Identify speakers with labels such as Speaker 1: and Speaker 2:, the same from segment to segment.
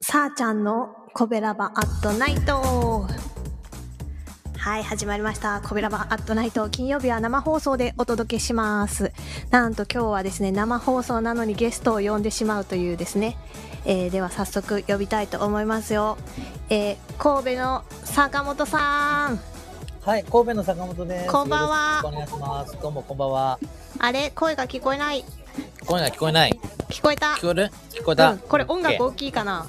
Speaker 1: さあちゃんのコベラバアットナイトはい始まりましたコベラバアットナイト金曜日は生放送でお届けしますなんと今日はですね生放送なのにゲストを呼んでしまうというですね、えーでは早速呼びたいと思いますよ、えー神戸の坂本さん
Speaker 2: はい、神戸の坂本です。
Speaker 1: こんばんは
Speaker 2: よろしくお願いします。どうもこんばんは。
Speaker 1: あれ声が聞こえない
Speaker 2: 聞こえない聞こえない。
Speaker 1: 聞こえた
Speaker 2: 聞こえる？聞こえた。
Speaker 1: うん、これ音楽大
Speaker 2: OK
Speaker 1: きいかな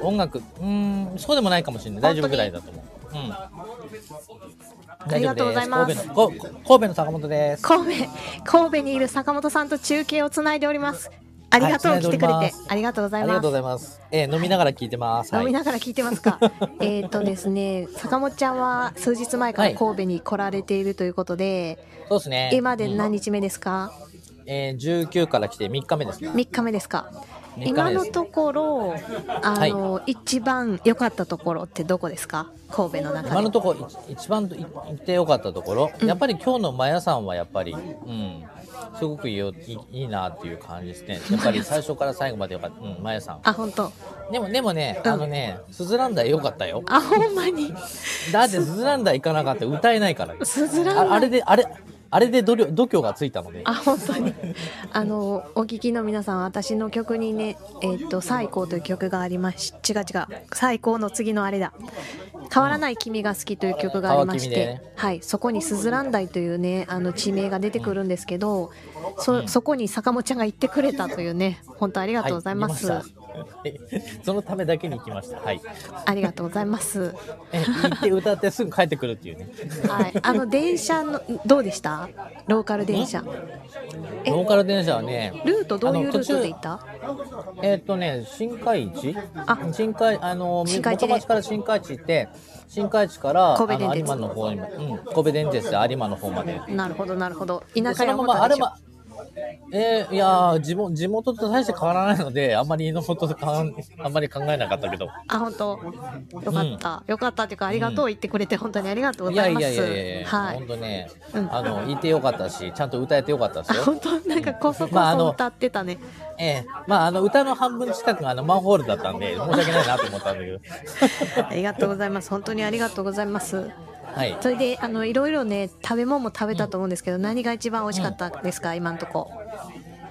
Speaker 2: 音楽うーんそうでもないかもしれない。大丈夫ぐらいだと思う。うん。
Speaker 1: ありがとうございます
Speaker 2: 大丈夫です神戸のこ神戸の坂本です。
Speaker 1: 神戸神戸にいる坂本さんと中継をつないでおりますありがとう、
Speaker 2: はい
Speaker 1: 来
Speaker 2: 繋
Speaker 1: て
Speaker 2: い
Speaker 1: くれ
Speaker 2: でおりま
Speaker 1: て
Speaker 2: す
Speaker 1: ありがとうご
Speaker 2: あ
Speaker 1: ざい
Speaker 2: りがと
Speaker 1: ます
Speaker 2: うございます。えー飲みながら聞いてます。は
Speaker 1: 飲み
Speaker 2: い。
Speaker 1: ながら聞いてます か。えっとですね、坂本ちゃんは数日前から神戸に来られているということで、
Speaker 2: そうですね。
Speaker 1: 今で何
Speaker 2: うん？
Speaker 1: 日目ですか、
Speaker 2: えー19から来て3日目ですね。
Speaker 1: ?3 日目ですか。
Speaker 2: 3日
Speaker 1: 今
Speaker 2: 目で
Speaker 1: の
Speaker 2: す。
Speaker 1: ところ、あの、一番良かったところってどこですか神戸の中
Speaker 2: 今
Speaker 1: で
Speaker 2: の。ところい一番とい行ってよかったところ、
Speaker 1: うん
Speaker 2: やっぱり今日のマヤさんはやっぱり、うん、すごくいいよいいいいなっていう感じですね。やっぱり最初から最後までよ かった、うん、マヤさん。
Speaker 1: あ、本当。
Speaker 2: でもでもね、
Speaker 1: うん
Speaker 2: あのね、スズランダよかったよ。
Speaker 1: あ、ほんまに。
Speaker 2: だってスズランダ行かなかったら歌えないから。
Speaker 1: スズランダ
Speaker 2: ああれであれあれで度量度胸がついたので。
Speaker 1: あ、本当に。あの、お聞きの皆さん、私の曲にね、えっ、と、最高という曲がありまし、違う違う。最高の次のあれだ。変わらない君が好きという曲がありまして、
Speaker 2: 川君でね
Speaker 1: はい、そこにスズランダイというね、あの地名が出てくるんですけど、そそこに坂本ちゃんが行ってくれたというね、本当ありがとうございます。
Speaker 2: はい行きました そのためだけに行きました。はい。
Speaker 1: ありがとうございます。
Speaker 2: え行って歌ってすぐ帰ってくるっていうね。
Speaker 1: はい、あの電車のどうでした？ローカル電車。え
Speaker 2: ローカル電車はね、
Speaker 1: ルートどういうルートで行
Speaker 2: あの途中
Speaker 1: った？
Speaker 2: えーっ、とね、新海地
Speaker 1: あ
Speaker 2: 新海、あの、
Speaker 1: 新海地
Speaker 2: 元
Speaker 1: で
Speaker 2: 町から新海地行って、新海地から、
Speaker 1: 神戸電
Speaker 2: あの、有
Speaker 1: 鉄
Speaker 2: 馬の方にも、うん、神戸電鉄で有馬の方まで。
Speaker 1: なるほどなるほど。田
Speaker 2: で
Speaker 1: 舎
Speaker 2: そ
Speaker 1: や
Speaker 2: の
Speaker 1: 思
Speaker 2: ま
Speaker 1: った
Speaker 2: ま
Speaker 1: で
Speaker 2: 有
Speaker 1: しょ。
Speaker 2: 馬、えー、いやー地元、地元と大して変わらないので、あんまりのことと変わんあんまり考えなかったけど。
Speaker 1: あ本当よかった、よかったっていうかありがとう言ってくれて本当にありがとうご
Speaker 2: い
Speaker 1: ざ
Speaker 2: や
Speaker 1: い
Speaker 2: い
Speaker 1: ま
Speaker 2: やい
Speaker 1: す
Speaker 2: やいやいや、
Speaker 1: は
Speaker 2: 本
Speaker 1: い
Speaker 2: 当ね、
Speaker 1: うん
Speaker 2: あの、いてよかったし、ちゃんと歌えてよかったです
Speaker 1: あ
Speaker 2: よ。
Speaker 1: 本当なんかこそこ
Speaker 2: まああ
Speaker 1: そ
Speaker 2: の
Speaker 1: 歌ってたね、
Speaker 2: ええまあ、あの、歌の半分近くがあの、マンホールだったんで、申し訳ないなと思ったんだ けど。
Speaker 1: ありがとうございます本当にありがとうございます
Speaker 2: はい。
Speaker 1: それであのいろいろね食べ物も食べたと思うんですけど、何が一番美味しかったですか、今んとこ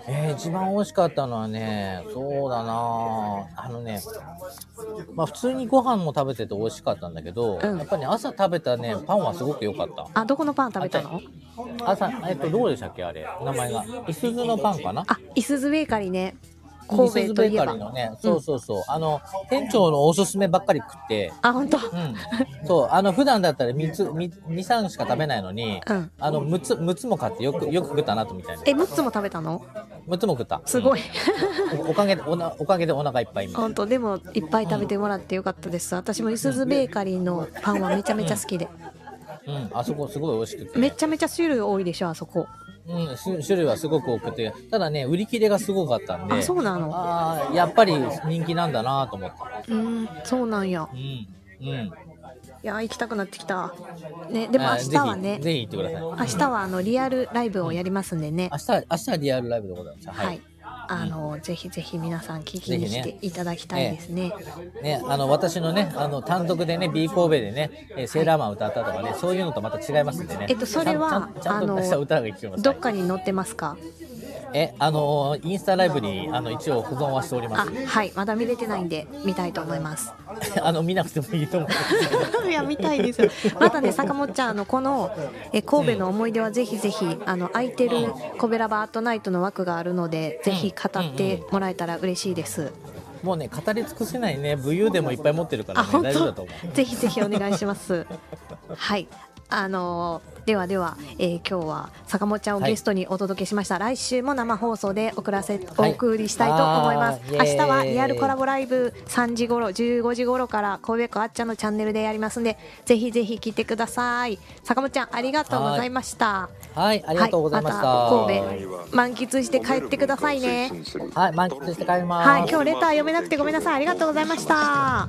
Speaker 2: えー、一番美味しかったのはね、そうだなあのね、まあ普通にご飯も食べてて美味しかったんだけど、
Speaker 1: うん
Speaker 2: やっぱり、ね、朝食べたね、パンはすごく良かった。
Speaker 1: あどこのパン食べたの
Speaker 2: 朝、えっと、どうでしたっけあれ、名前が。いすずのパンかな
Speaker 1: あいすずベーカリーね神戸といえ
Speaker 2: いすゞベーカリー
Speaker 1: ば
Speaker 2: のね、そうそうそう、あの、店長のおすすめばっかり食って、
Speaker 1: あ本当
Speaker 2: うん、そう、あの、普段だったら3つ、2、3しか食べないのに、
Speaker 1: うん
Speaker 2: あの、6つ、6つも買ってよく、よく食ったなとみたいな。
Speaker 1: え6つも食べたの
Speaker 2: 6つも食った。
Speaker 1: すごい、
Speaker 2: おおかげでおな、おかげでお腹いっぱいみ たいな。
Speaker 1: 本当でもいっぱい食べてもらってよかったです私もいすずベーカリーのパンはめちゃめちゃ好きで、
Speaker 2: うん、あそこすごい美味しくて。
Speaker 1: めちゃめちゃ種類多いでしょあそこ
Speaker 2: うん、し種類はすごく多くて、ただね、売り切れがすごかったんで、
Speaker 1: あそうなの
Speaker 2: あーやっぱり人気なんだなと思っ
Speaker 1: う
Speaker 2: た。
Speaker 1: んそうなんや
Speaker 2: うん、うん。
Speaker 1: いや行きたくなってきたねでも
Speaker 2: あ
Speaker 1: 明
Speaker 2: ー
Speaker 1: 日はね
Speaker 2: ぜひ、ぜひ行ってください。
Speaker 1: 明日はあのリアルライブをやりますんでね
Speaker 2: 明日は、明日はリアルライブでございます。
Speaker 1: は
Speaker 2: はいい。
Speaker 1: あのぜひぜひ皆さん聞きに来ていただきたいですね
Speaker 2: ね、あの、私のね、あの、単独でね、B 神戸でね、えーセーラーマン歌ったとかね、そういうのとまた違いますんでね。
Speaker 1: えっとそれは
Speaker 2: ちゃんちゃんちゃん
Speaker 1: あの
Speaker 2: とした歌が聞きます。
Speaker 1: どっかに載ってますか
Speaker 2: え、あのー、インスタライブに、あの、一応保存はしておりま
Speaker 1: あ
Speaker 2: す。
Speaker 1: はいまだ見れてないんで見たいと思います
Speaker 2: あの、見なくてもいいと思うんですけど。
Speaker 1: いや見たいですよ またね坂本ちゃんあのこのえ神戸の思い出はぜひぜひあの空いてる「コベラバアットナイト」の枠があるのでぜひ語ってもらえたら嬉しいです、
Speaker 2: もうね語り尽くせないね武勇伝もいっぱい持ってるから
Speaker 1: あ
Speaker 2: ね
Speaker 1: 本
Speaker 2: 大丈夫だと思
Speaker 1: 当 ぜひぜひお願いします はいあのーではでは、えー今日は坂本ちゃんを
Speaker 2: はい
Speaker 1: ゲストにお届けしました、来週も生放送で送らせお
Speaker 2: はい
Speaker 1: 送りしたいと思います、
Speaker 2: あーイエーイ
Speaker 1: 明日はリアルコラボライブ3時頃15時頃から神戸子あっちゃんのチャンネルでやりますんでぜひぜひ来てください坂本ちゃんありがとうございました
Speaker 2: うはいありがとうございました、
Speaker 1: はい、
Speaker 2: はい、
Speaker 1: また神戸満喫して帰ってくださいね
Speaker 2: 満喫して帰ります
Speaker 1: はい今日レター読めなくてごめんなさいありがとうございました